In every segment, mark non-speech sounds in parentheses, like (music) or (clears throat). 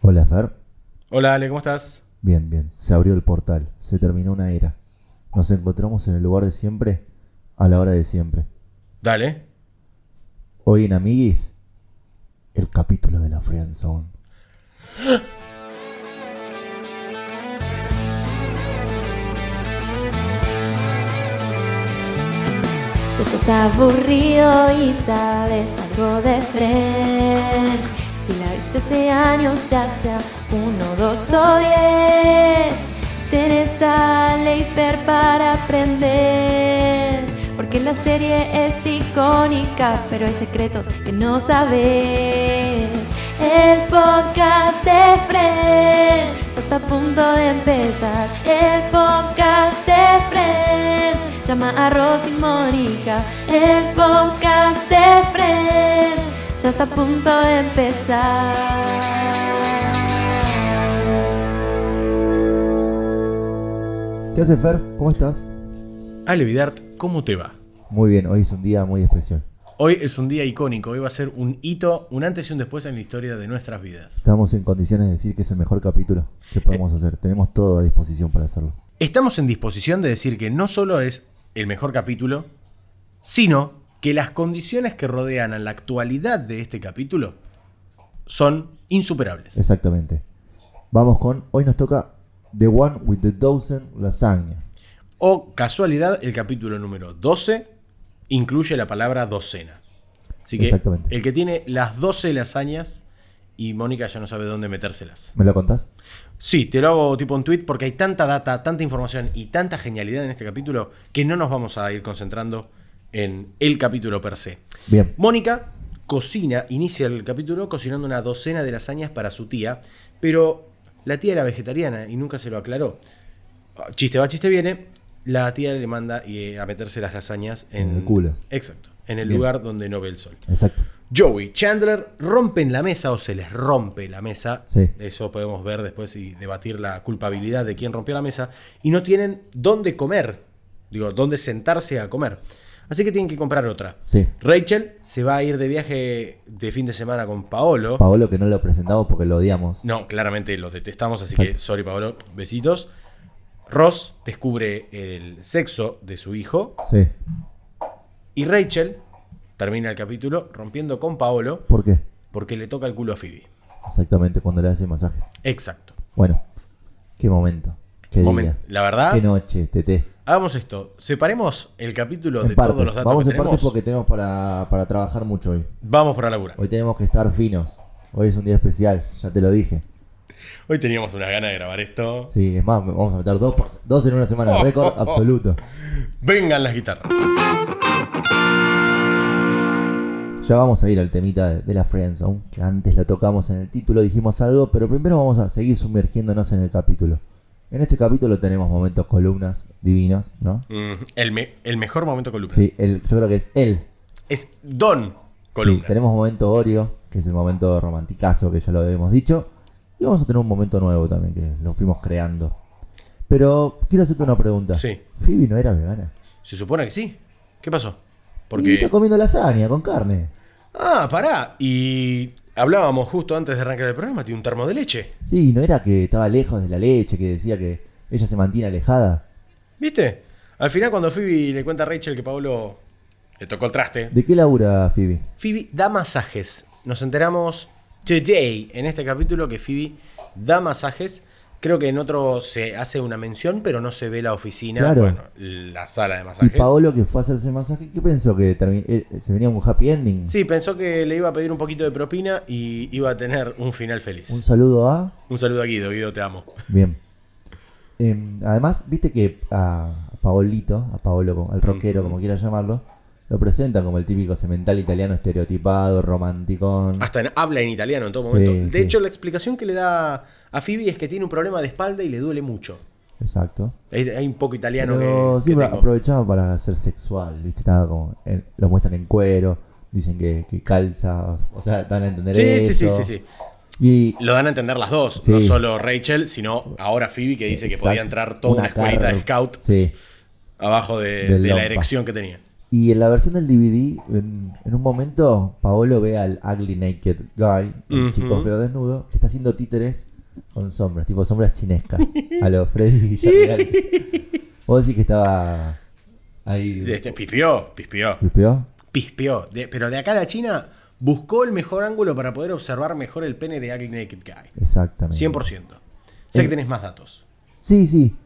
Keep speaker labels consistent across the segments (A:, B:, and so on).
A: Hola, Fer.
B: Hola Ale, ¿cómo estás?
A: Bien, bien. Se abrió el portal. Se terminó una era. Nos encontramos en el lugar de siempre, a la hora de siempre.
B: Dale.
A: Hoy en Amiguis, el capítulo de la Friend Zone.
C: Si estás aburrido y sabes algo de Friends Si la viste hace años, ya sea uno, dos o diez Tenés a Leifer para aprender Porque la serie es icónica, pero hay secretos que no sabes El podcast de Friends Está a punto de empezar el podcast de Friends. Llama a Ross y Mónica. El podcast de Friends. Ya está a punto de empezar.
A: ¿Qué haces, Fer? ¿Cómo estás?
B: Ale Vidart, ¿cómo te va?
A: Muy bien, hoy es un día muy especial.
B: Hoy es un día icónico, hoy va a ser un hito, un antes y un después en la historia de nuestras vidas.
A: Estamos en condiciones de decir que es el mejor capítulo que podemos hacer. Tenemos todo a disposición para hacerlo.
B: Estamos en disposición de decir que no solo es el mejor capítulo, sino que las condiciones que rodean a la actualidad de este capítulo son insuperables.
A: Exactamente. Vamos con. Hoy nos toca The One with the Dozen Lasagna.
B: O casualidad, el capítulo número 12 incluye la palabra docena. Así que
A: Exactamente.
B: el que tiene las 12 lasañas y Mónica ya no sabe dónde metérselas.
A: ¿Me lo contás?
B: Sí, te lo hago tipo un tweet porque hay tanta data, tanta información y tanta genialidad en este capítulo que no nos vamos a ir concentrando en el capítulo per se.
A: Bien.
B: Mónica cocina, inicia el capítulo cocinando una docena de lasañas para su tía, pero la tía era vegetariana y nunca se lo aclaró. Ah, Chiste va, chiste viene. La tía le manda eh, a meterse las lasañas en,
A: En el culo.
B: Exacto, en el
A: Bien.
B: lugar donde no ve el sol.
A: Exacto.
B: Joey, Chandler rompen la mesa o se les rompe la mesa.
A: Sí.
B: Eso podemos ver después y debatir la culpabilidad de quién rompió la mesa. Y no tienen dónde comer. Digo, dónde sentarse a comer. Así que tienen que comprar otra.
A: Sí.
B: Rachel se va a ir de viaje de fin de semana con Paolo.
A: Paolo, que no lo presentamos porque lo odiamos.
B: no, claramente los detestamos, así que
A: Exacto.
B: sorry Paolo, besitos. Ross descubre el sexo de su hijo
A: Sí.
B: y Rachel termina el capítulo rompiendo con Paolo
A: ¿Por qué?
B: porque le toca el culo a Phoebe.
A: Exactamente, cuando le hace masajes.
B: Exacto.
A: Bueno, qué momento. Qué
B: Momen-
A: día.
B: La verdad,
A: Qué noche, Tete.
B: hagamos esto. Separemos el capítulo de
A: En partes.
B: todos los datos
A: Vamos
B: que
A: en partes
B: tenemos.
A: porque tenemos para, para trabajar mucho hoy.
B: Vamos para laburar.
A: Hoy tenemos que estar finos. Hoy es un día especial, ya te lo dije.
B: Hoy teníamos una gana de grabar esto.
A: Sí, es más, vamos a meter dos, por- dos en una
B: (laughs)
A: semana. Récord absoluto.
B: Vengan las guitarras.
A: Ya vamos a ir al temita de, de la Friendzone, que antes lo tocamos en el título, dijimos algo, pero primero vamos a seguir sumergiéndonos en el capítulo. En este capítulo tenemos momentos columnas divinos, ¿no?
B: Mm, el, me- el mejor momento columna.
A: Sí, el, yo creo que es él.
B: Es Don Columna.
A: Sí, tenemos momento Oreo, que es el momento romanticazo que ya lo habíamos dicho. Y vamos a tener un momento nuevo también, que lo fuimos creando. Pero quiero hacerte una pregunta.
B: Sí.
A: Phoebe no era vegana.
B: Se supone que sí. ¿Qué pasó?
A: Y
B: Porque.
A: está comiendo lasaña con carne.
B: Ah, pará. Y hablábamos justo antes de arrancar el programa, tiene un termo de leche.
A: Sí, no era que estaba lejos de la leche, que decía que ella se mantiene alejada.
B: ¿Viste? Al final, cuando Phoebe le cuenta a Rachel que Pablo le tocó el traste,
A: ¿De qué labura Phoebe?
B: Phoebe da masajes. Nos enteramos today en este capítulo que Phoebe da masajes. Creo que en otro se hace una mención, pero no se ve la oficina,
A: Claro.
B: bueno, la sala de
A: Y
B: masajes.
A: Paolo que fue a hacerse masaje, ¿qué pensó? ¿Que termi- eh, se venía un happy ending?
B: Sí, pensó que le iba a pedir un poquito de propina y iba a tener un final feliz.
A: Un saludo a...
B: Un saludo a Guido, Guido, te amo.
A: Bien. Em, además, viste que a, a Paolito, a Paolo, al rockero, como quiera llamarlo, lo presentan como el típico cemental italiano estereotipado, romanticón.
B: Hasta en- habla en italiano en todo
A: Sí,
B: momento. de
A: sí.
B: hecho, la explicación que le da a Phoebe es que tiene un problema de espalda y le duele mucho.
A: Exacto.
B: Hay, hay un poco italiano
A: Pero
B: que, que
A: siempre
B: tengo.
A: aprovechaba para ser sexual, viste, estaba como, en- lo muestran en cuero, dicen que, que calza, o sea, dan a entender
B: Sí, sí,
A: eso.
B: sí, sí, sí.
A: Y
B: Lo dan a entender las dos,
A: Sí.
B: no solo Rachel, sino ahora Phoebe que dice que podía
A: Exacto.
B: entrar toda una, escuelita
A: carpa.
B: de scout
A: Sí,
B: abajo de,
A: Del
B: de la
A: lompa.
B: erección que tenía.
A: Y en la versión del DVD, en, en un momento, Paolo ve al Ugly Naked Guy, el
B: Ujú.
A: chico feo desnudo, que está haciendo títeres con sombras, tipo sombras chinescas, a los Freddy
B: (laughs)
A: Villarreal. Vos decís que estaba ahí.
B: Este, pispió, pispió.
A: ¿Pipió?
B: Pispió. De- pero de acá a la China buscó el mejor ángulo para poder observar mejor el pene de Ugly Naked Guy.
A: Exactamente.
B: 100%. Sé
A: Eh.
B: que tenés más datos.
A: Sí, sí.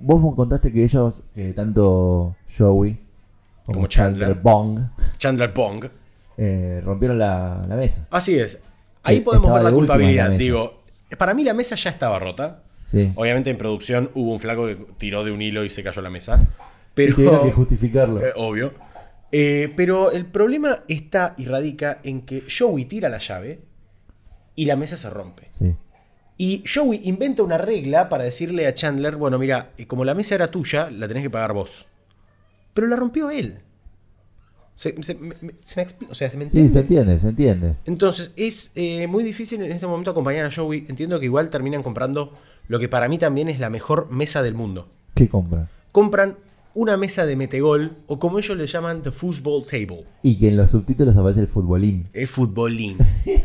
A: Vos me contaste que ellos, eh, tanto Joey como,
B: Como
A: Chandler,
B: Chandler.
A: Bong,
B: Chandler Pong.
A: eh, rompieron la, la mesa.
B: Así es. Ahí
A: Sí,
B: podemos
A: eh, estaba
B: ver la
A: de última en la
B: culpabilidad.
A: mesa.
B: Digo, para mí la mesa ya estaba rota.
A: Sí.
B: Obviamente en producción hubo un flaco que tiró de un hilo y se cayó la mesa. Pero.
A: Y tuvieron que justificarlo.
B: Eh, obvio. Eh, pero el problema está y radica en que Joey tira la llave y la mesa se rompe.
A: Sí.
B: Y Joey inventa una regla para decirle a Chandler, bueno, mira, eh, como la mesa era tuya, la tenés que pagar vos. Pero la rompió él. Se, se- me- me- se me expli- o sea, ¿se me
A: Sí,
B: entiende?
A: se entiende, se entiende.
B: Entonces, es eh, muy difícil en este momento acompañar a Joey. Entiendo que igual terminan comprando lo que para mí también es la mejor mesa del mundo.
A: ¿Qué compra?
B: Compran una mesa de metegol, o como ellos le llaman, the foosball table.
A: Y que en los subtítulos aparece el futbolín.
B: El futbolín.
A: (laughs)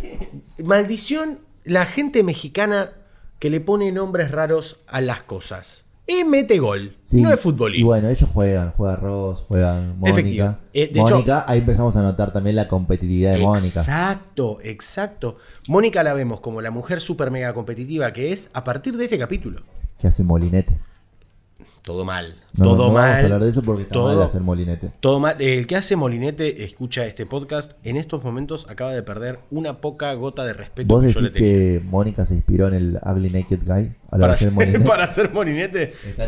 B: Maldición, la gente mexicana que le pone nombres raros a las cosas. Es mete gol,
A: Sí.
B: no es
A: Y
B: futbolín.
A: bueno, ellos juegan, juega Ross, juegan
B: Efectivo.
A: Mónica.
B: Eh, de
A: Mónica, ahí empezamos a notar también la competitividad de Mónica.
B: Exacto, exacto. Mónica la vemos como la mujer super mega competitiva que es a partir de este capítulo.
A: Que hace molinete.
B: Todo mal,
A: No,
B: todo
A: no
B: mal.
A: vamos a hablar de eso porque está
B: todo,
A: mal hacer molinete.
B: todo mal. El que hace Molinete escucha este podcast. En estos momentos acaba de perder una poca gota de respeto
A: ¿Vos
B: que yo le
A: decís
B: tenía.
A: que Mónica se inspiró en el Ugly Naked Guy a la
B: para
A: versión
B: hacer,
A: molinete?
B: (laughs) para hacer molinete.
A: Está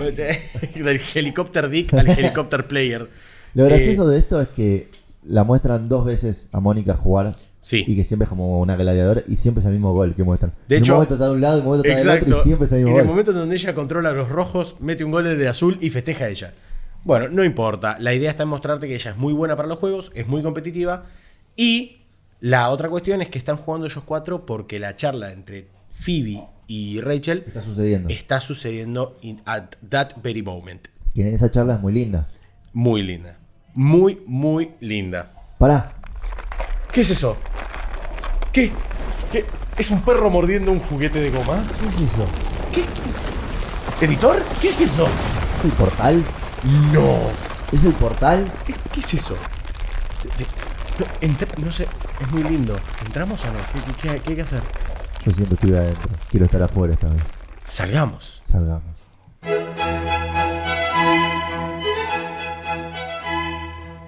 B: (laughs) Del helicóptero dick al helicópter player.
A: Lo
B: Eh,
A: gracioso de esto es que la muestran dos veces a Mónica jugar y
B: Sí.
A: que siempre es como una gladiadora y siempre es el mismo gol que muestran.
B: De
A: En
B: hecho-
A: un momento está de un lado, en un momento está del otro
B: Exacto.
A: y siempre es el
B: en
A: mismo
B: el
A: gol.
B: momento donde ella controla a los rojos, mete un gol de azul y festeja a ella. Bueno, no importa. La idea está en mostrarte que ella es muy buena para los juegos, es muy competitiva. Y la otra cuestión es que están jugando ellos cuatro porque la charla entre Phoebe y Rachel
A: Está sucediendo.
B: está sucediendo in- at that very moment.
A: Y en esa charla es muy linda.
B: Muy linda. Muy, muy linda.
A: Pará,
B: ¿Qué es eso? ¿Qué? ¿Qué? ¿Es un perro mordiendo un juguete de goma?
A: ¿qué es eso?
B: ¿Qué? ¿Editor? ¿Qué es eso?
A: ¿Es el portal?
B: No.
A: ¿Es el portal?
B: ¿Qué, qué es eso? De- de- no, entra- no sé, es muy lindo. ¿Entramos o no? ¿Qué, qué- qué hay- qué hay que hacer?
A: Yo siempre estuve adentro. Quiero estar afuera esta vez.
B: Salgamos.
A: Salgamos.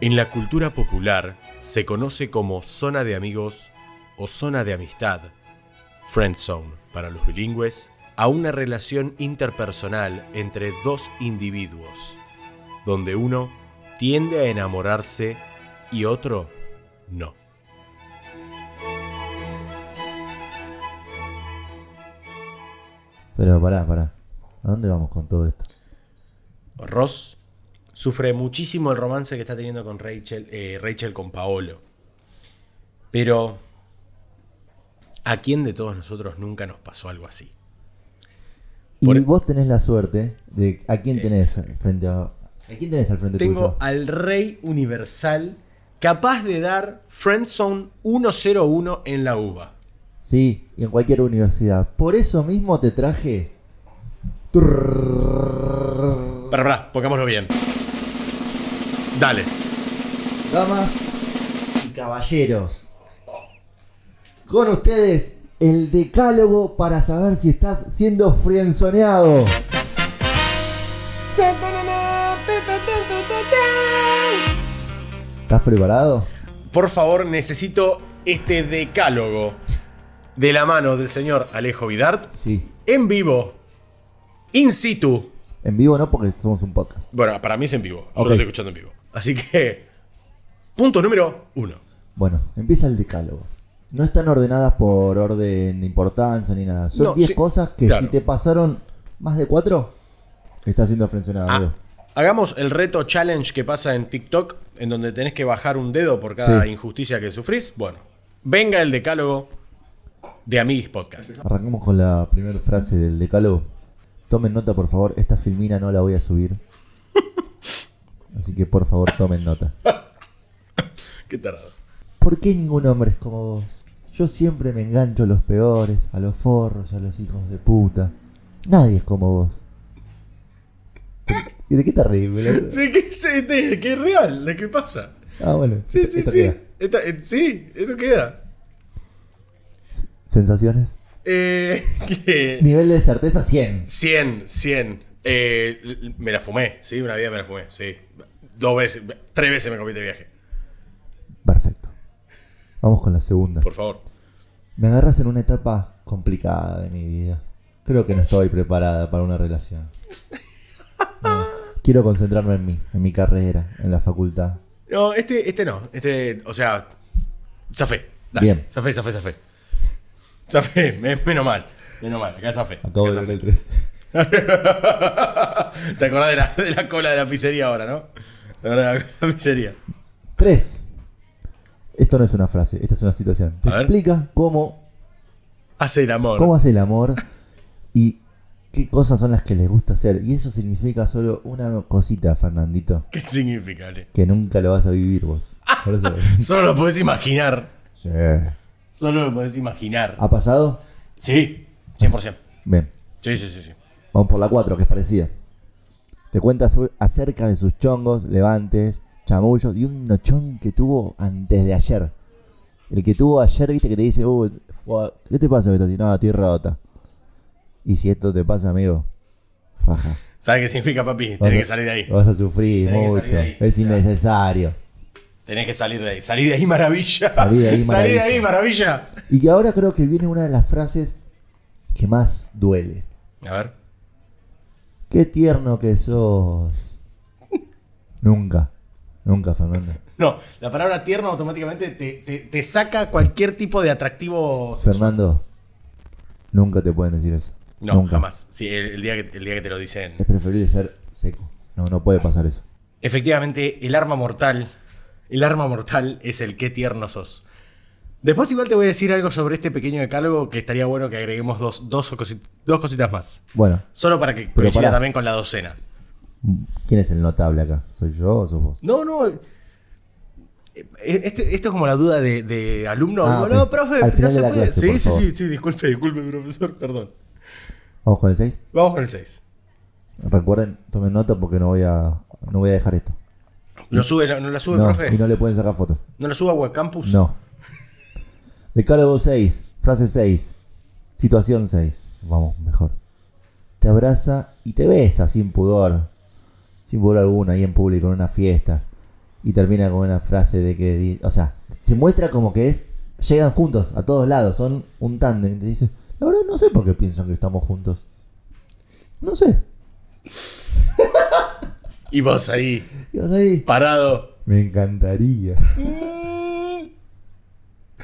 B: En la cultura popular se conoce como zona de amigos o zona de amistad, friend zone para los bilingües, a una relación interpersonal entre dos individuos, donde uno tiende a enamorarse y otro no.
A: Pero pará, pará. ¿A dónde vamos con todo esto?
B: Ross sufre muchísimo el romance que está teniendo con Rachel, eh, Rachel con Paolo. Pero, ¿a quién de todos nosotros nunca nos pasó algo así?
A: Y
B: Por-
A: vos tenés la suerte de a quién tenés frente a. ¿A quién tenés al frente
B: Tengo
A: tuyo?
B: al rey universal capaz de dar Friendzone 101 en la uva.
A: Sí, y en cualquier universidad. Por eso mismo te traje. Turrrrrrrrrrrrrrrrrrrrrrrrrrrrrrrrrrrrrrrrrrrrrrrr.
B: Pará, pará, pongámoslo bien. Dale.
A: Damas y caballeros. Con ustedes, el decálogo para saber si estás siendo frienzoneado. ¿Estás preparado?
B: Por favor, necesito este decálogo de la mano del señor Alejo Vidart
A: Sí.
B: en vivo, in situ.
A: En vivo no, porque somos un podcast.
B: Bueno, para mí es en vivo. Yo
A: Ok.
B: lo estoy escuchando en vivo. Así que, punto número uno.
A: Bueno, empieza el decálogo. No están ordenadas por orden de importancia ni nada. Son
B: No,
A: 10
B: sí,
A: cosas que
B: claro.
A: si te pasaron más de 4, estás siendo frienzonado.
B: Ah, hagamos el reto challenge que pasa en TikTok, en donde tenés que bajar un dedo por cada
A: Sí.
B: injusticia que sufrís. Bueno, venga el decálogo de Amiguis Podcast.
A: Arrancamos con la primera frase del decálogo. Tomen nota, por
B: (laughs)
A: favor. Esta filmina no la voy a subir. Así que, por favor, tomen nota.
B: Qué tarado.
A: ¿Por qué ningún hombre es como vos? Yo siempre me engancho a los peores, a los forros, a los hijos de puta. Nadie es como vos. ¿Y de qué te ríes, boludo?
B: ¿De qué, se- de qué es real? ¿De qué pasa?
A: Ah, bueno.
B: Sí, sí,
A: esto
B: sí.
A: queda.
B: Esta- eh, sí, eso queda.
A: ¿Sensaciones?
B: Eh, (laughs) que-
A: Nivel de certeza 100.
B: 100, 100. Eh, l- l- me la fumé, sí, una vida me la fumé, sí. Dos veces, tres veces me comí este viaje.
A: Perfecto. Vamos con la segunda.
B: Por favor.
A: Me agarras en una etapa complicada de mi vida. Creo que no estoy preparada para una relación. No. Quiero concentrarme en mí, en mi carrera, en la facultad.
B: No, este, este no. Este, o sea, zafé. Dale.
A: Bien.
B: Zafé, zafé, zafé. Zafé, me- menos mal. Menos mal, acá zafé.
A: Acabo
B: acá
A: de ver
B: zafé.
A: el 3.
B: (laughs) Te acordás de la, de la cola de la pizzería ahora, ¿no? Te acordás de la cola de la pizzería.
A: 3. Esto no es una frase, esta es una situación. Te
B: A ver.
A: explica cómo,
B: Hace el amor.
A: cómo hace el amor y qué cosas son las que les gusta hacer. Y eso significa solo una cosita, Fernandito,
B: ¿Qué significa, Ale?
A: que nunca lo vas a vivir vos. Por
B: (laughs)
A: eso-
B: Solo lo podés imaginar.
A: Sí.
B: Solo lo podés imaginar.
A: ¿Ha pasado?
B: Sí, 100%.
A: Bien.
B: Sí, sí, sí. sí.
A: Vamos por la 4, que es parecida. Te cuenta sobre- acerca de sus chongos, levantes, chamullos y un nochón que tuvo antes de ayer. El que tuvo ayer, viste, que te dice, "Uh, uh, ¿qué te pasa, Betati? No, estoy rota. Y si esto te pasa, amigo, raja.
B: ¿Sabes qué significa, papi?
A: Vas
B: Tenés
A: a-
B: que salir de ahí.
A: Vas a sufrir
B: Tenés que salir
A: mucho.
B: de ahí.
A: Es innecesario.
B: Tenés que salir de ahí. Salí de ahí, maravilla.
A: Salí de ahí,
B: (laughs) Salí de
A: maravilla.
B: ahí, maravilla.
A: Y que ahora creo que viene una de las frases que más duele.
B: A ver.
A: Qué tierno que
B: (laughs)
A: sos. nunca. Nunca, Fernando.
B: No, la palabra tierno automáticamente te, te- te saca cualquier tipo de atractivo.
A: Fernando, nunca te pueden decir eso.
B: No,
A: nunca.
B: jamás. Sí, el, el día que, el día que te lo dicen.
A: Es preferible ser seco. No, no puede pasar eso.
B: Efectivamente, el arma mortal. El arma mortal es el qué tierno sos. Después igual te voy a decir algo sobre este pequeño decálogo que estaría bueno que agreguemos dos, dos, cosi- dos cositas más.
A: Bueno,
B: Solo para que coincida
A: pará.
B: también con la docena.
A: ¿quién es el notable acá? ¿Soy yo o sos vos?
B: No, no. eh, este- esto es como la duda de, de alumno.
A: Ah,
B: no,
A: ok.
B: profe,
A: Al
B: no
A: final
B: se
A: de la
B: puede.
A: clase,
B: sí,
A: por
B: sí,
A: favor.
B: sí, sí, disculpe, disculpe, profesor, perdón.
A: Vamos con el 6.
B: Vamos con el 6.
A: Recuerden, tomen nota porque no voy a, no voy a dejar esto.
B: ¿No, sube, no, no la sube,
A: No,
B: profe?
A: y
B: No...
A: no le pueden sacar fotos.
B: la suba a Webcampus?
A: No. Decálogo 6, frase 6, situación 6. Vamos, mejor. Te abraza y te besa sin pudor. Sin pudor alguno, ahí en público, en una fiesta. Y termina con una frase de que. di- O sea, se muestra como que es. Llegan juntos a todos lados, son un tándem. Y te dice: La verdad, no sé por qué piensan que estamos juntos. No sé.
B: Y vos ahí,
A: Y vas ahí.
B: parado.
A: Me encantaría.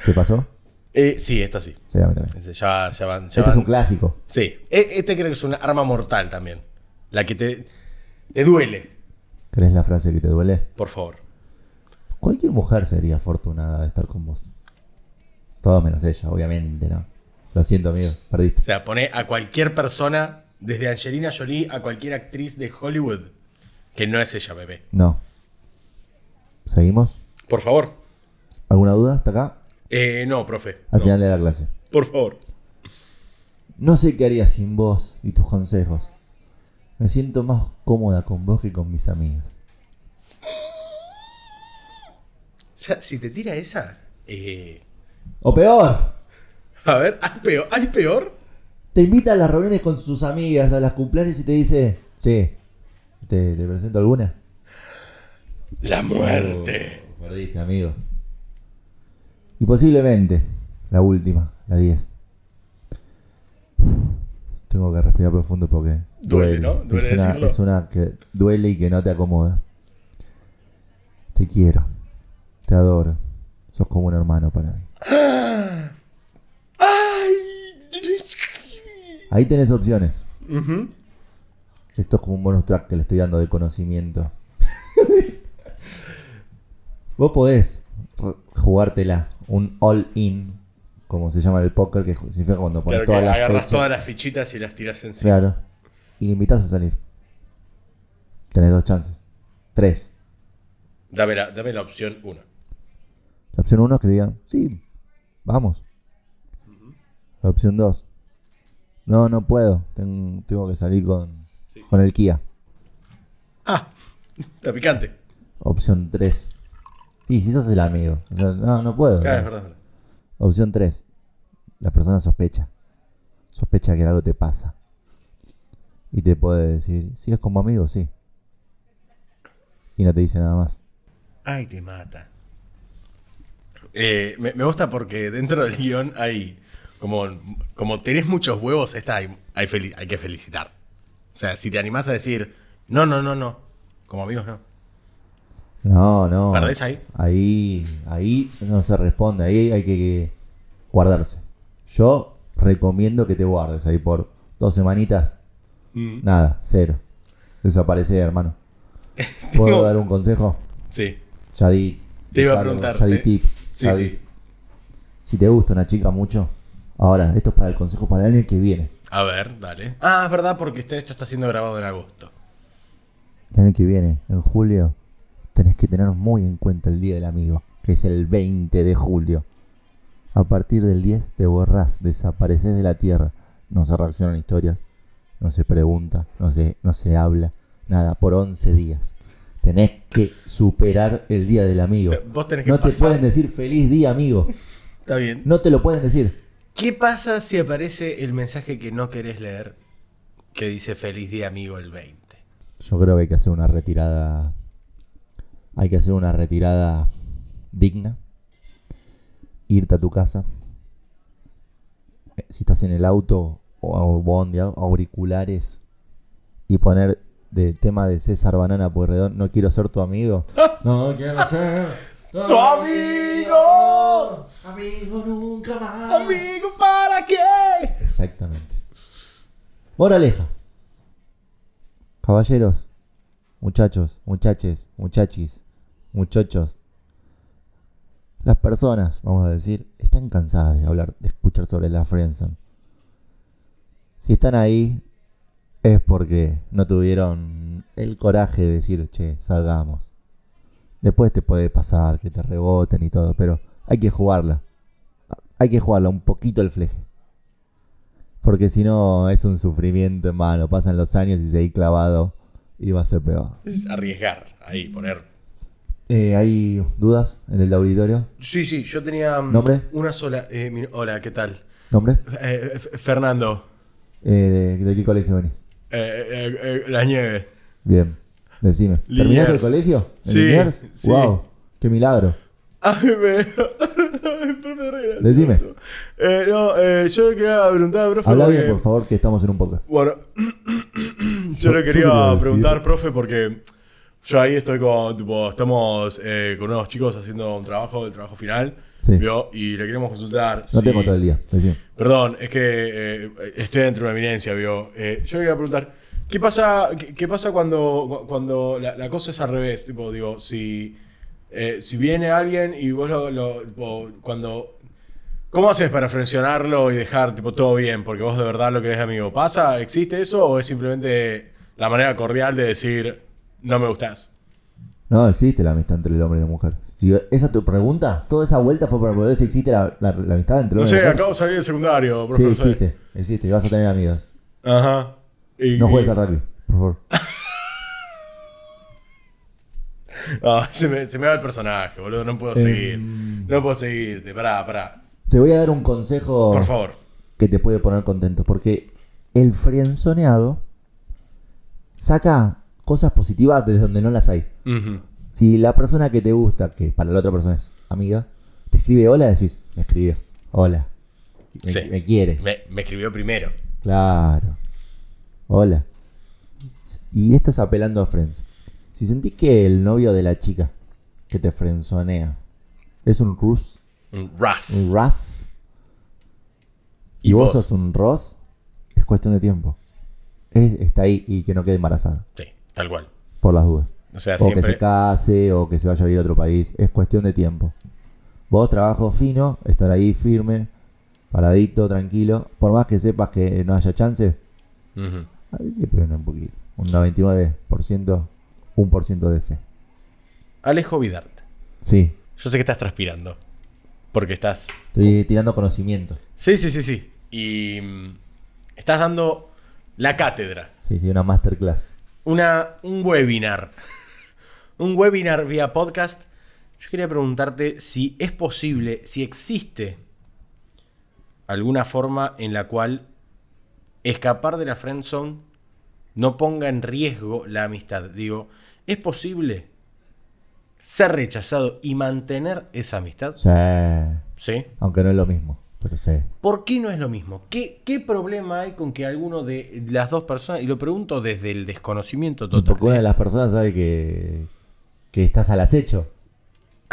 A: ¿Te pasó?
B: Eh, sí, esta sí.
A: Sí, a mí también.
B: Este, Ya, ya van. ya
A: Este es
B: van.
A: un clásico.
B: Sí. E- Este creo que es una arma mortal también. La que te, te duele,
A: ¿Crees la frase que te duele?
B: por favor.
A: Cualquier mujer sería afortunada de estar con vos. Todo menos ella, obviamente, ¿no? Lo siento, amigo,
B: O
A: perdiste.
B: sea, pone a cualquier persona, desde Angelina Jolie a cualquier actriz de Hollywood, que no es ella, bebé.
A: No. ¿Seguimos?
B: Por favor.
A: ¿Alguna duda hasta acá?
B: Eh, no, profe.
A: Al
B: No.
A: final de la clase.
B: Por favor.
A: No sé qué haría sin vos y tus consejos. Me siento más cómoda con vos que con mis amigas.
B: Ya, si te tira esa. eh,
A: O peor,
B: a ver, ¿hay peor? ¿Hay peor?
A: te invita a las reuniones con sus amigas, a las cumpleaños y te dice, che, ¿te, te presento alguna?
B: La muerte.
A: Oh, perdiste, amigo. Y posiblemente la última, la 10. Tengo que respirar profundo porque.
B: Duele, ¿no? Duele
A: es, una,
B: decirlo.
A: es una que duele y que no te acomoda. Te quiero. Te adoro. Sos como un hermano para mí.
B: Ah.
A: Ahí tenés opciones.
B: Ujú.
A: Esto es como un bonus track que le estoy dando de conocimiento. (laughs) Vos podés r- jugártela, un all-in, como se llama en el póker, que ju- significa cuando pones
B: Claro que
A: todas las
B: agarras
A: fechas.
B: todas las fichitas y las tiras encima.
A: Claro. Y le invitás a salir. Tenés dos chances. Tres.
B: Dame, la, dame la opción 1.
A: La opción 1 es que digan, sí, vamos. La opción 2, no, no puedo, ten- tengo que salir con, con el Kia.
B: Ah, está picante.
A: Opción 3, y si sos el amigo, o sea, no, no puedo.
B: Claro, Ah, es verdad, es verdad.
A: Opción 3. La persona sospecha. Sospecha que algo te pasa. Y te puede decir, si es como amigo, sí. Y no te dice nada más.
B: Ay, te mata. Eh, me, me gusta porque dentro del guión hay. Como, como tenés muchos huevos, esta hay, hay, feli- hay que felicitar. O sea, si te animás a decir, no, no, no, no. Como amigos, no.
A: No, no.
B: ¿Perdés ahí?
A: Ahí, ahí no se responde. Ahí hay que, que guardarse. Yo recomiendo que te guardes ahí por dos semanitas.
B: Mm.
A: Nada, cero. Desaparecer, hermano.
B: (laughs)
A: ¿Puedo
B: Tengo-
A: dar un consejo?
B: Sí.
A: Ya di.
B: Te iba a
A: Ricardo,
B: preguntar,
A: Ya di
B: te-
A: tips.
B: Sí,
A: ya
B: sí.
A: di. Si te gusta una chica mucho. Ahora, esto es para el consejo para el año que viene.
B: A ver, dale. Ah, es verdad, porque este- esto está siendo grabado en agosto.
A: El año que viene, en julio, tenés que tener muy en cuenta el Día del Amigo, que es el 20 de julio. A partir del 10 te borrás, desapareces de la tierra. No se reaccionan historias, no se pregunta, no se, no se habla, nada, por 11 días. Tenés que superar el Día del Amigo.
B: Pero vos tenés que
A: No te
B: pasar.
A: pueden decir feliz día, amigo.
B: Está bien.
A: No te lo pueden decir.
B: ¿Qué pasa si aparece el mensaje que no querés leer? Que dice feliz día amigo el 20.
A: Yo creo que hay que hacer una retirada. Hay que hacer una retirada digna. Irte a tu casa. Eh, Si estás en el auto o au- bondi, au- auriculares. Y poner del tema de César Banana Pueyrredón, no quiero ser tu amigo. No quiero ser
B: ¡Tu amigo!
A: Amigo nunca más.
B: Amigo, ¿para qué?
A: Exactamente. Moraleja. Caballeros, muchachos, muchaches, muchachis, muchachos. Las personas, vamos a decir, están cansadas de hablar, de escuchar sobre la friendzone. Si están ahí, es porque no tuvieron el coraje de decir, che, salgamos. Después te puede pasar que te reboten y todo, pero hay que jugarla. Hay que jugarla un poquito el fleje. Porque si no, es un sufrimiento, hermano. Pasan los años y seguís clavado y va a ser peor.
B: Es arriesgar, ahí, poner.
A: Eh, ¿Hay dudas en el auditorio?
B: Sí, sí, yo tenía mm,
A: ¿Nombre?
B: una sola. eh, mi- hola, ¿qué tal?
A: ¿Nombre?
B: Eh, eh, F- Fernando,
A: Eh, ¿de, de qué colegio venís?
B: eh, eh, eh, la nieve.
A: Bien, decime.
B: Liniers.
A: ¿Terminaste el colegio? ¿En
B: Sí,
A: Liniers?
B: sí.
A: ¡Wow! ¡Qué milagro!
B: Ay, me... (laughs) Ay, profe, re gracioso.
A: Decime.
B: Eh, no, eh, yo le quería preguntar, profe.
A: Habla
B: porque-
A: bien, por favor, que estamos en un podcast.
B: Bueno, yo
A: (clears throat) Yo-
B: le
A: yo
B: quería
A: quería decir-
B: preguntar, profe, porque yo ahí estoy con, tipo, estamos eh, con unos chicos haciendo un trabajo, el trabajo final,
A: Sí.
B: ¿vio? y le queremos consultar.
A: No
B: si-
A: tengo todo el día, decime.
B: Perdón, es que eh, estoy dentro de una eminencia, ¿vio? Eh, yo le quería preguntar, ¿qué pasa, qué, qué pasa cuando, cuando la, la cosa es al revés? Tipo, digo, si, eh, si viene alguien y vos lo, lo- tipo, cuando... ¿Cómo haces para frencionarlo y dejar tipo todo bien? Porque vos de verdad lo querés amigo. ¿Pasa? ¿Existe eso? ¿O es simplemente la manera cordial de decir no me gustás?
A: No, existe la amistad entre el hombre y la mujer. Si esa es tu pregunta, toda esa vuelta fue para poder si existe la, la- la amistad entre el
B: No
A: hombre y
B: sé,
A: la mujer.
B: acabo de salir del secundario, profe.
A: Sí,
B: no sé.
A: existe, existe. y Vas a tener amigos.
B: Ajá. Y-
A: No juegues
B: y-
A: al rugby, por favor.
B: (laughs) Ah, se, me, se me va el personaje, boludo. No puedo
A: Eh,
B: seguir. No puedo seguirte. Pará, pará.
A: Te voy a dar un consejo.
B: Por favor.
A: que te puede poner contento. Porque el frienzoneado saca cosas positivas desde donde no las hay. Si la persona que te gusta, que para la otra persona es amiga, te escribe hola, decís, me escribió, hola. Me,
B: Sí.
A: me quiere,
B: me, me escribió primero.
A: claro. Hola. Y esto es apelando a friends. Si sentís que el novio de la chica que te frenzonea es un rus,
B: Un Ras.
A: un ras,
B: Y
A: y vos
B: vos.
A: sos un Ross, es cuestión de tiempo. Es- está ahí y que no quede embarazada,
B: Sí, tal cual.
A: por las dudas.
B: O sea,
A: O Oh, que
B: siempre.
A: se case, o que se vaya a vivir a otro país. Es cuestión de tiempo. Vos, trabajo fino, estar ahí firme, paradito, tranquilo. Por más que sepas que no haya ah, chances,
B: Ujú.
A: a veces siempre un poquito. Un 99%, 1% de fe.
B: Alejo Vidarte.
A: Sí,
B: Yo sé que estás transpirando. Porque estás.
A: Estoy tirando conocimiento.
B: Sí, sí, sí, sí. Y mm, estás dando la cátedra.
A: Sí, sí, una masterclass.
B: Una, un webinar. un webinar vía podcast. Yo quería preguntarte si es posible, si existe alguna forma en la cual escapar de la friend zone no ponga en riesgo la amistad. Digo, ¿es posible ser rechazado y mantener esa amistad?
A: Sí.
B: Sí.
A: Aunque no es lo mismo, pero sí.
B: ¿Por qué no es lo mismo? ¿Qué, qué problema hay con que alguno de las dos personas, y lo pregunto desde el desconocimiento total,
A: Porque una de las personas sabe que, que estás al acecho.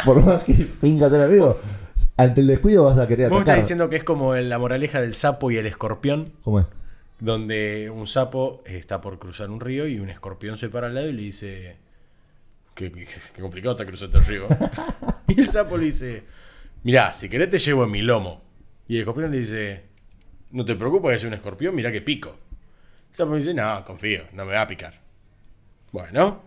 A: Por más que fingas el amigo, ante el descuido vas a querer
B: Vos me
A: atacar.
B: estás diciendo que es como en la moraleja del sapo y el escorpión,
A: ¿Cómo es?
B: donde un sapo está por cruzar un río y un escorpión se para al lado y le dice, qué, qué- qué complicado está cruzando el río. y el sapo le dice, mirá, si querés te llevo en mi lomo. Y el escorpión le dice, no te preocupes que es un escorpión, mirá que pico. El sapo le dice, no, confío, no me va a picar. Bueno,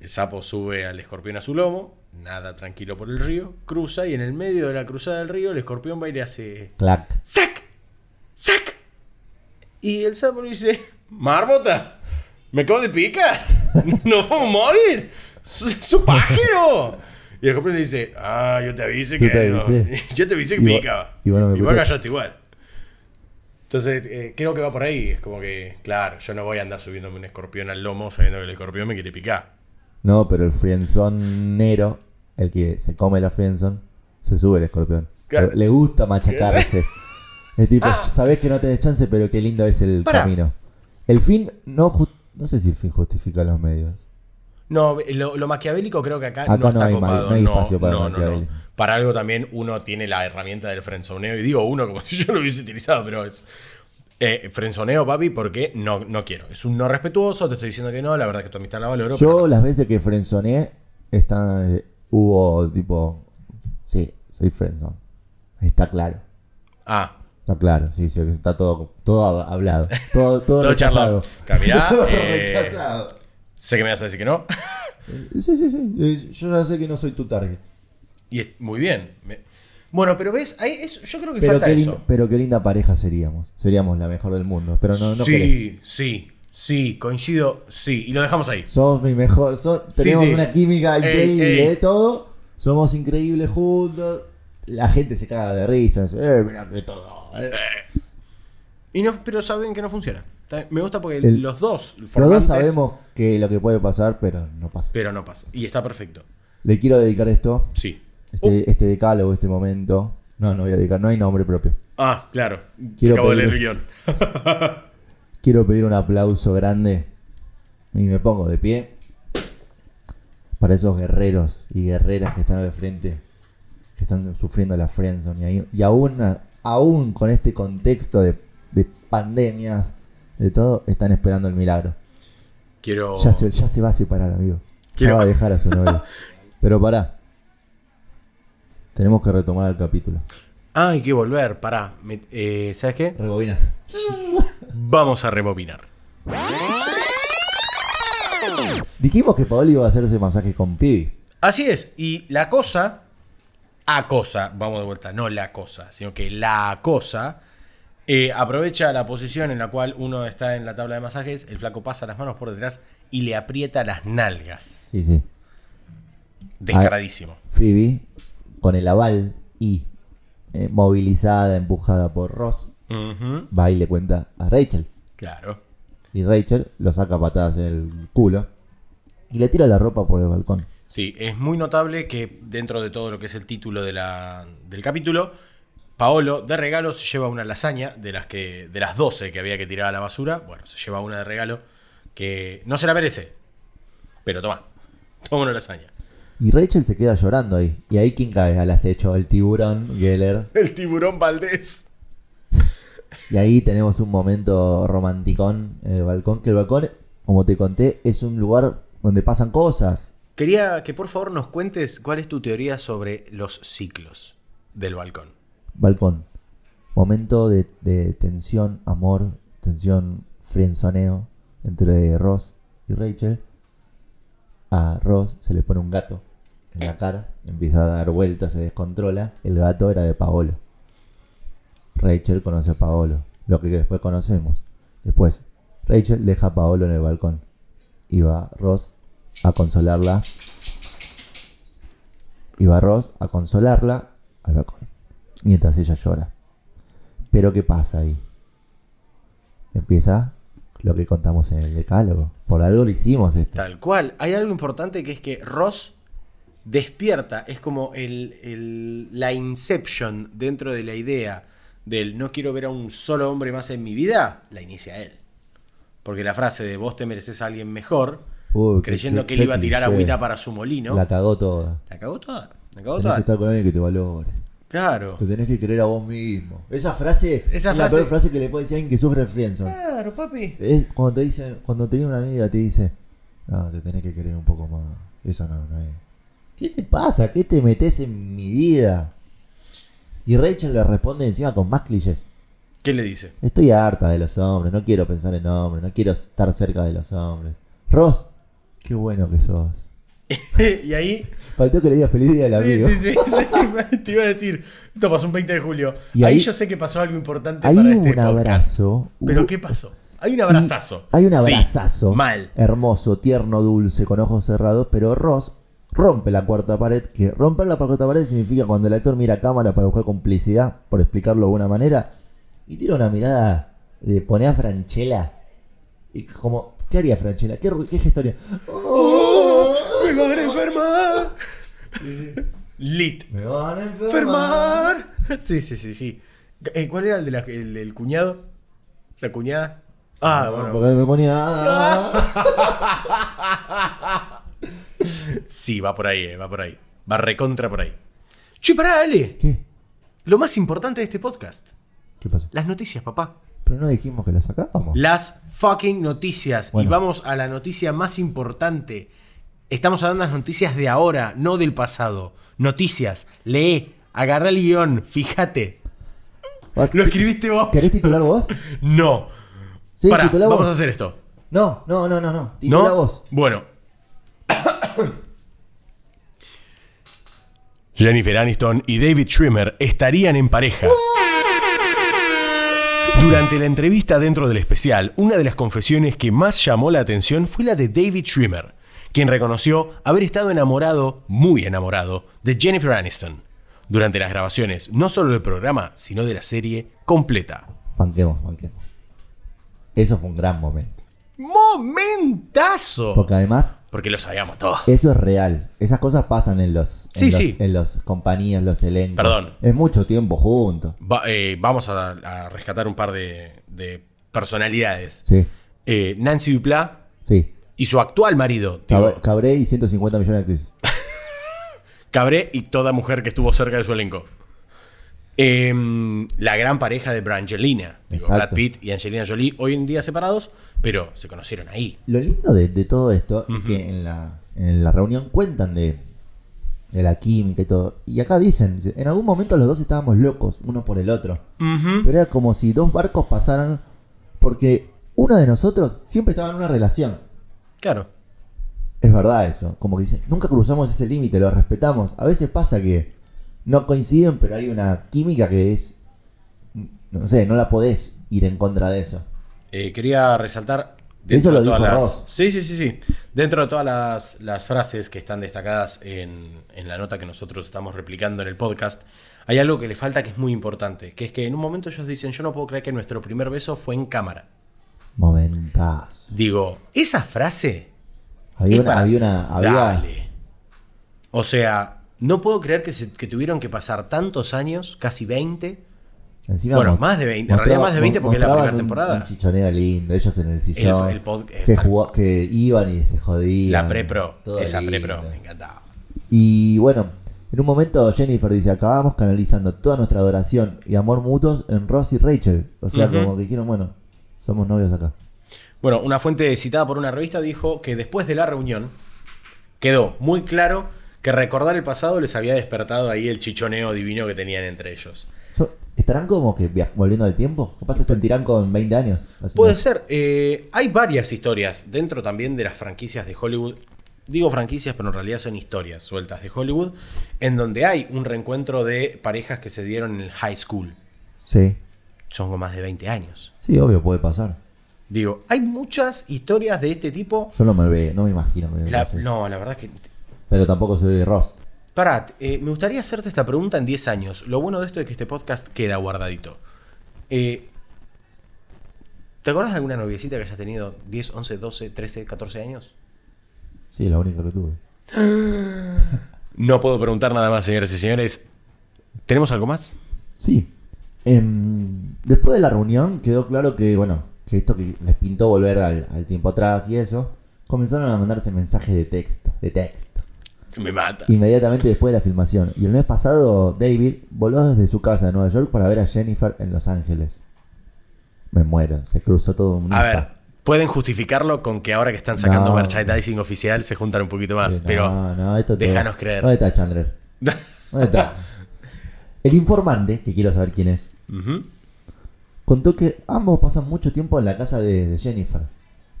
B: el sapo sube al escorpión a su lomo, nada tranquilo por el río, cruza y en el medio de la cruzada del río el escorpión va y le hace...
A: Clac.
B: ¡Sac! ¡Sac! Y el sapo le dice: Marmota, me acabo de (laughs) picar. No vamos a morir. ¡Su, su pájaro! Y el escorpión le dice: Ah, yo te avisé
A: Yo
B: que.
A: te
B: no.
A: avisé.
B: (laughs) yo te avisé que
A: Y vos-
B: picaba.
A: y
B: Y
A: vos no me
B: vos,
A: escuchaste.
B: callaste igual. Entonces, eh, creo que va por ahí. Es como que, claro, yo no voy a andar subiéndome un escorpión al lomo sabiendo que el escorpión me quiere picar.
A: No, pero el frienzonero, el que se come la frienzón, se sube el escorpión.
B: Claro. Ah.
A: Le, le gusta machacarse. Es tipo, sabés que no tenés chance, pero qué lindo es el
B: Pará.
A: camino. El fin no ju- no sé si el fin justifica los medios.
B: No, lo, lo maquiavélico creo que acá,
A: Acá
B: no está
A: no hay ma-
B: copado.
A: no hay espacio para
B: no, no, no.
A: maquiavelismo.
B: Para algo también uno tiene la herramienta del frenzoneo. Y digo uno como (laughs) si yo lo hubiese utilizado, pero es. Eh, frenzoneo, papi, porque no, no quiero. Es un no respetuoso, te estoy diciendo que no, la verdad que tu amistad la valoro. pero
A: Yo las veces que frenzoneé, están, eh, hubo tipo, sí, soy frenzón. Está claro.
B: no. Ah,
A: Está claro, sí, sí, está todo, todo hablado. Todo, todo,
B: (laughs) Todo
A: rechazado.
B: charlado.
A: (laughs)
B: Caminá,
A: todo
B: eh,
A: rechazado.
B: sé que me vas a decir que no.
A: Sí, sí, sí. eh, Yo ya sé que no soy tu target.
B: y es, muy bien. Me- Bueno, pero ves, ahí es- yo creo que
A: Pero
B: falta
A: qué,
B: eso.
A: linda, pero qué linda pareja seríamos. Seríamos la mejor del mundo. Pero no, no
B: sí,
A: querés.
B: sí, sí, coincido, sí. Y lo dejamos ahí.
A: Sos mi mejor. sos-
B: Sí,
A: tenemos
B: sí.
A: una química
B: Ey,
A: increíble
B: ey.
A: de todo. Somos increíbles juntos. La gente se caga de risa. dice, Eh, mirá que todo. eh".
B: Y no, pero saben que no funciona. Está- Me gusta porque
A: El-
B: los dos.
A: Los dos
B: formantes-
A: sabemos que lo que puede pasar, pero no pasa.
B: Pero no pasa. Y está perfecto.
A: Le quiero dedicar esto.
B: Sí.
A: Este, este decálogo, este momento. No, no voy a dedicar. No hay nombre propio.
B: Ah, claro.
A: Quiero
B: Acabo de
A: pedir-
B: leer el guión.
A: Quiero pedir un aplauso grande y me pongo de pie para esos guerreros y guerreras que están al frente, que están sufriendo la friendzone. Y, ahí- y aún, aún con este contexto de, de pandemias, de todo, están esperando el milagro.
B: Quiero.
A: Ya, se, ya se va a separar, amigo. Ya
B: Oh. Quiero-
A: va a dejar a su novio. Pero pará. Tenemos que retomar el capítulo.
B: Ah, hay que volver. Pará. Me- eh, ¿Sabes qué?
A: Rebobina.
B: Vamos a rebobinar.
A: Dijimos que Paoli iba a hacerse masaje con Pibi.
B: Así es. Y la cosa. A cosa. Vamos de vuelta. No la cosa, sino que la cosa. eh, aprovecha la posición en la cual uno está en la tabla de masajes. El flaco pasa las manos por detrás y le aprieta las nalgas.
A: Sí, sí.
B: Descaradísimo.
A: Phoebe, con el aval y eh, movilizada, empujada por Ross,
B: Ujú,
A: va y le cuenta a Rachel.
B: Claro.
A: Y Rachel lo saca a patadas en el culo y le tira la ropa por el balcón.
B: Sí, es muy notable que dentro de todo lo que es el título de la- del capítulo, Paolo de regalo se lleva una lasaña de las que de las 12 que había que tirar a la basura. Bueno, se lleva una de regalo que no se la merece. Pero toma, toma una lasaña.
A: Y Rachel se queda llorando ahí. Y ahí quién cae al acecho, el tiburón Geller.
B: (laughs) El tiburón Valdés.
A: Y ahí tenemos un momento romanticón en el balcón. Que el balcón, como te conté, es un lugar donde pasan cosas.
B: Quería que por favor nos cuentes cuál es tu teoría sobre los ciclos del balcón.
A: Balcón. Momento de, de tensión, amor, tensión, frenzoneo entre Ross y Rachel. A Ross se le pone un gato en la cara, empieza a dar vueltas, se descontrola. El gato era de Paolo. Rachel conoce a Paolo, lo que después conocemos. Después, Rachel deja a Paolo en el balcón y va Ross a consolarla. Y va Ross a consolarla al balcón, mientras ella llora. Pero ¿qué pasa ahí? Empieza lo que contamos en el decálogo. Por algo lo hicimos este. esto.
B: Tal cual. Hay algo importante que es que Ross despierta. Es como el, el- la inception dentro de la idea del no quiero ver a un solo hombre más en mi vida. La inicia él. Porque la frase de vos te mereces a alguien mejor,
A: Uy, qué-
B: creyendo
A: qué-
B: que él
A: qué
B: iba a tirar
A: cliché.
B: agüita para su molino.
A: La
B: La,
A: cagó toda.
B: cagó toda. La
A: Tenés
B: cagó
A: que
B: toda.
A: estar con alguien que te valore.
B: Claro.
A: Te tenés que querer a vos mismo. Esa frase
B: Esa
A: es la
B: frase-
A: peor frase que le puede decir a alguien que sufre el friendzone.
B: Claro, papi.
A: Es cuando te dicen, cuando te viene una amiga te dice, no, te tenés que querer un poco más. Eso no, no es. ¿Qué te pasa? ¿Qué te metes en mi vida? Y Rachel le responde encima con más clichés.
B: ¿Qué le dice?
A: Estoy harta de los hombres, no quiero pensar en hombres, no quiero estar cerca de los hombres. Ross, qué bueno que sos.
B: (laughs) y ahí.
A: Faltó que le diga feliz día al
B: Sí,
A: amigo.
B: sí, sí, (laughs) sí, Te iba a decir. Esto pasó un 20 de julio.
A: Y
B: ahí,
A: ahí-
B: yo sé que pasó algo
A: (laughs)
B: importante
A: Hay
B: para
A: un
B: este podcast.
A: abrazo. Mm.
B: ¿Pero qué pasó? Hay un abrazazo.
A: Uh. Hay un
B: Sí,
A: abrazazo.
B: mal.
A: Hermoso, tierno, dulce, con ojos cerrados, pero Ross rompe la cuarta pared, que romper la cuarta pared significa cuando el actor mira a cámara para buscar complicidad, por explicarlo de alguna manera, y tira una mirada de poner a Franchella. Y como, ¿qué haría Franchella? ¿Qué, ru- qué gestoría?
B: ¡Oh! ¡Me van a enfermar! Lit.
A: Me van a enfermar.
B: ¡Enfermar! Sí, sí, sí, sí. Eh, ¿Cuál era el, de la- el del cuñado? ¿La cuñada? Ah,
A: No,
B: bueno.
A: porque me ponía.
B: Sí, va por ahí, eh, va por ahí. Va recontra por ahí. Che, pará, Ale.
A: ¿Qué?
B: Lo más importante de este podcast.
A: ¿Qué pasó?
B: Las noticias, papá.
A: Pero no dijimos que la sacábamos.
B: Las fucking noticias. Y
A: Bueno.
B: vamos a la noticia más importante. Estamos hablando de las noticias de ahora, no del pasado. Noticias. Lee, agarra el guión, fíjate.
A: Vas-
B: Lo escribiste vos.
A: ¿Querés titular vos?
B: No.
A: Sí,
B: Pará,
A: titulá
B: vamos
A: vos.
B: a hacer esto.
A: No, no, no, no, no.
B: ¿No?
A: Titula vos.
B: Bueno. Jennifer Aniston y David Schwimmer estarían en pareja. Durante la entrevista dentro del especial, una de las confesiones que más llamó la atención fue la de David Schwimmer, quien reconoció haber estado enamorado, muy enamorado, de Jennifer Aniston durante las grabaciones no solo del programa, sino de la serie completa.
A: Banquemos, banquemos. Eso fue un gran momento.
B: ¡Momentazo!
A: Porque además,
B: Porque lo sabíamos todo.
A: eso es real. Esas cosas pasan en los. en
B: Sí,
A: los-
B: sí.
A: En los compañías, los elencos.
B: Perdón.
A: Es mucho tiempo juntos.
B: Va- eh, vamos a, a rescatar un par de, de personalidades.
A: Sí,
B: Eh, Nancy Dupla
A: sí.
B: y su actual marido, digo,
A: Cab- Cabré y 150 millones de actrices.
B: Cabré y toda mujer que estuvo cerca de su elenco. Eh, la gran pareja de Brangelina, digo,
A: Exacto.
B: Brad Pitt y Angelina Jolie, hoy en día separados, pero se conocieron ahí.
A: Lo lindo de, de todo esto es que en la, en la reunión cuentan de, de la química y todo. Y acá dicen, dice, en algún momento los dos estábamos locos, uno por el otro. Pero era como si dos barcos pasaran. Porque uno de nosotros siempre estaba en una relación.
B: Claro.
A: Es verdad eso. Como que dicen, nunca cruzamos ese límite, lo respetamos. A veces pasa que no coinciden, pero hay una química que es. No sé, no la podés ir en contra de eso.
B: Eh, quería resaltar.
A: Eso lo
B: de todas
A: dijo
B: las-
A: Ross.
B: Sí, sí, sí, sí. Dentro de todas las, las frases que están destacadas en, en la nota que nosotros estamos replicando en el podcast, hay algo que le falta que es muy importante, que es que en un momento ellos dicen, yo no puedo creer que nuestro primer beso fue en cámara.
A: Momentazo.
B: Digo, esa frase
A: Había
B: es
A: una,
B: para-
A: había una. Ah, había-
B: Dale. O sea, no puedo creer que, se- que tuvieron que pasar tantos años, casi 20,
A: Encima
B: Bueno,
A: mos-
B: más de 20, en realidad más de 20 porque es la
A: mostraban
B: primera
A: un-
B: temporada.
A: Un chichonera lindo, ellos en el sillón.
B: el pod- eh,
A: que,
B: para-
A: jugó- que iban y se jodían.
B: la pre-pro,
A: todo
B: esa
A: lindo.
B: pre-pro, me encantaba.
A: Y bueno, en un momento Jennifer dice, acabamos canalizando toda nuestra adoración y amor mutuos en Ross y Rachel. O sea,
B: Ujú.
A: como que dijeron, bueno, somos novios acá.
B: Bueno, una fuente citada por una revista dijo que después de la reunión quedó muy claro que recordar el pasado les había despertado ahí el chichoneo divino que tenían entre ellos.
A: So- ¿Estarán como que viaj- volviendo al tiempo? Capaz se sentirán con 20 años. Así
B: Puede
A: que-
B: ser, eh, hay varias historias dentro también de las franquicias de Hollywood digo franquicias, pero en realidad son historias sueltas de Hollywood, en donde hay un reencuentro de parejas que se dieron en el high school.
A: Sí.
B: Son más de 20 años.
A: Sí, obvio, puede pasar.
B: Digo, hay muchas historias de este tipo.
A: Yo no me ve, no me imagino. que me
B: La-
A: pase eso.
B: no, la verdad es que...
A: Pero tampoco soy de Ross.
B: Pará, eh, me gustaría hacerte esta pregunta en 10 años. Lo bueno de esto es que este podcast queda guardadito. Eh, ¿Te acuerdas de alguna noviecita que hayas tenido 10, 11, 12, 13, 14 años?
A: Sí, la única que tuve.
B: No puedo preguntar nada más, señores y señores. ¿Tenemos algo más?
A: Sí. Em, después de la reunión quedó claro que, bueno, que esto que les pintó volver al, al tiempo atrás y eso, comenzaron a mandarse mensajes de texto, de texto.
B: Me mata.
A: Inmediatamente después de la filmación. Y el mes pasado, David voló desde su casa de Nueva York para ver a Jennifer en Los Ángeles. Me muero, se cruzó todo un...
B: A ver,
A: mapa.
B: pueden justificarlo con que ahora que están sacando
A: No.
B: merchandising oficial se juntan un poquito más,
A: Eh, no,
B: pero...
A: no, esto te-
B: déjanos creer.
A: ¿Dónde está Chandler? ¿Dónde
B: (laughs)
A: está? el informante, que quiero saber quién es,
B: Ujú.
A: contó que ambos pasan mucho tiempo en la casa de, de Jennifer.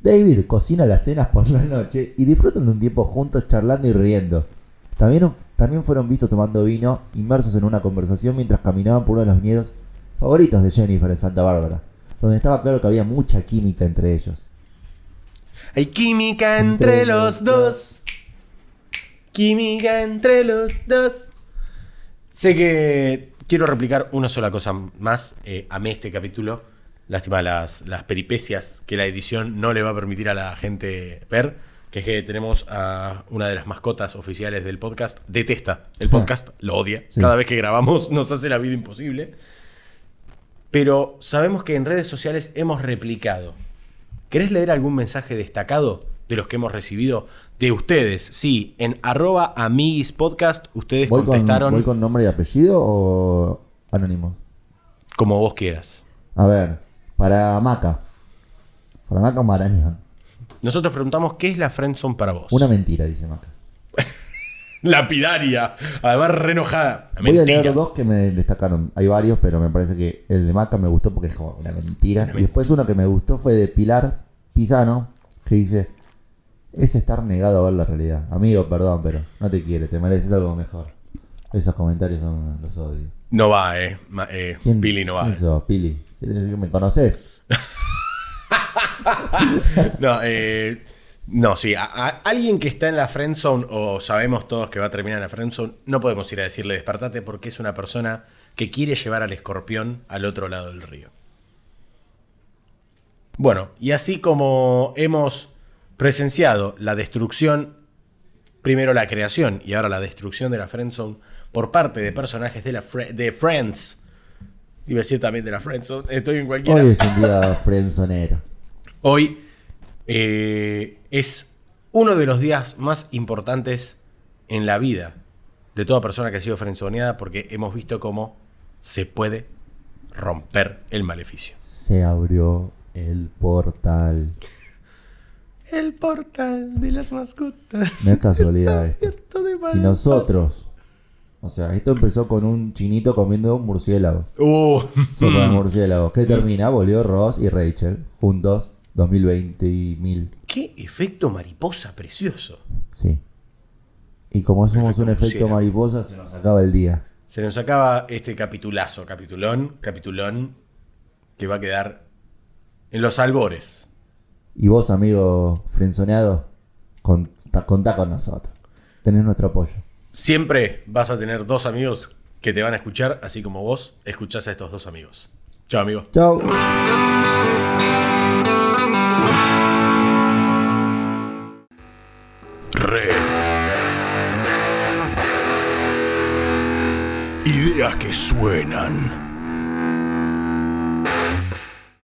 A: David cocina las cenas por la noche y disfrutan de un tiempo juntos charlando y riendo. También, también fueron vistos tomando vino, inmersos en una conversación mientras caminaban por uno de los viñedos favoritos de Jennifer en Santa Bárbara, donde estaba claro que había mucha química entre ellos.
B: Hay química entre los dos. Química entre los dos. Sé que quiero replicar una sola cosa más. Eh, amé este capítulo. Lástima las, las peripecias que la edición no le va a permitir a la gente ver. Que es que tenemos a una de las mascotas oficiales del podcast. Detesta el podcast, lo odia.
A: Sí.
B: Cada vez que grabamos (laughs) nos hace la vida imposible. Pero sabemos que en redes sociales hemos replicado ¿Querés leer algún mensaje destacado de los que hemos recibido de ustedes? Sí, en arroba amiguispodcast ustedes
A: ¿Voy con,
B: contestaron
A: voy con nombre y apellido o anónimo?
B: como vos quieras.
A: A ver, para Maca. Para Maca Marañón.
B: Nosotros preguntamos qué es la friendzone para vos.
A: Una mentira, dice Maca.
B: lapidaria, además re enojada.
A: Voy a leer
B: Mentira.
A: dos que me destacaron. Hay varios, pero me parece que el de Maca me gustó porque es como una mentira. Y después uno que me gustó fue de Pilar Pisano, que dice, es estar negado a ver la realidad. Amigo, perdón, pero no te quiere, te mereces algo mejor. Esos comentarios son los odio.
B: No va, eh. Ma- eh, Pili no va.
A: quién sos, Pili? ¿Qué te- ¿Me conoces?
B: No, eh, no, sí. a- a- alguien que está en la friendzone o sabemos todos que va a terminar en la friendzone, no podemos ir a decirle despertate porque es una persona que quiere llevar al escorpión al otro lado del río. Bueno, y así como hemos presenciado la destrucción, primero la creación y ahora la destrucción de la friendzone por parte de personajes de la fre- de Friends. Iba a decir también de la friendzone, estoy en cualquiera.
A: Hoy es un día (laughs) frenzonero.
B: Hoy eh, es uno de los días más importantes en la vida de toda persona que ha sido frenzoneada porque hemos visto cómo se puede romper el maleficio.
A: Se abrió el portal.
B: El portal de las mascotas.
A: No es casualidad esto.
B: de
A: Si nosotros... O sea, esto empezó con un chinito comiendo un murciélago.
B: (laughs) Uh,
A: Sopa de murciélago. Que termina, volvió Ross y Rachel juntos 2020 y mil.
B: qué efecto mariposa precioso.
A: Sí. Y como somos
B: Efecto
A: un efecto
B: murciélago.
A: mariposa, se nos acaba el día.
B: Se nos acaba este capitulazo, capitulón, capitulón, que va a quedar en los albores.
A: Y vos, amigo frenzoneado, contá, contá con nosotros. Tenés nuestro apoyo.
B: Siempre vas a tener dos amigos que te van a escuchar, así como vos escuchás a estos dos amigos. Chao, amigos.
A: Chao.
D: Re. Ideas que suenan.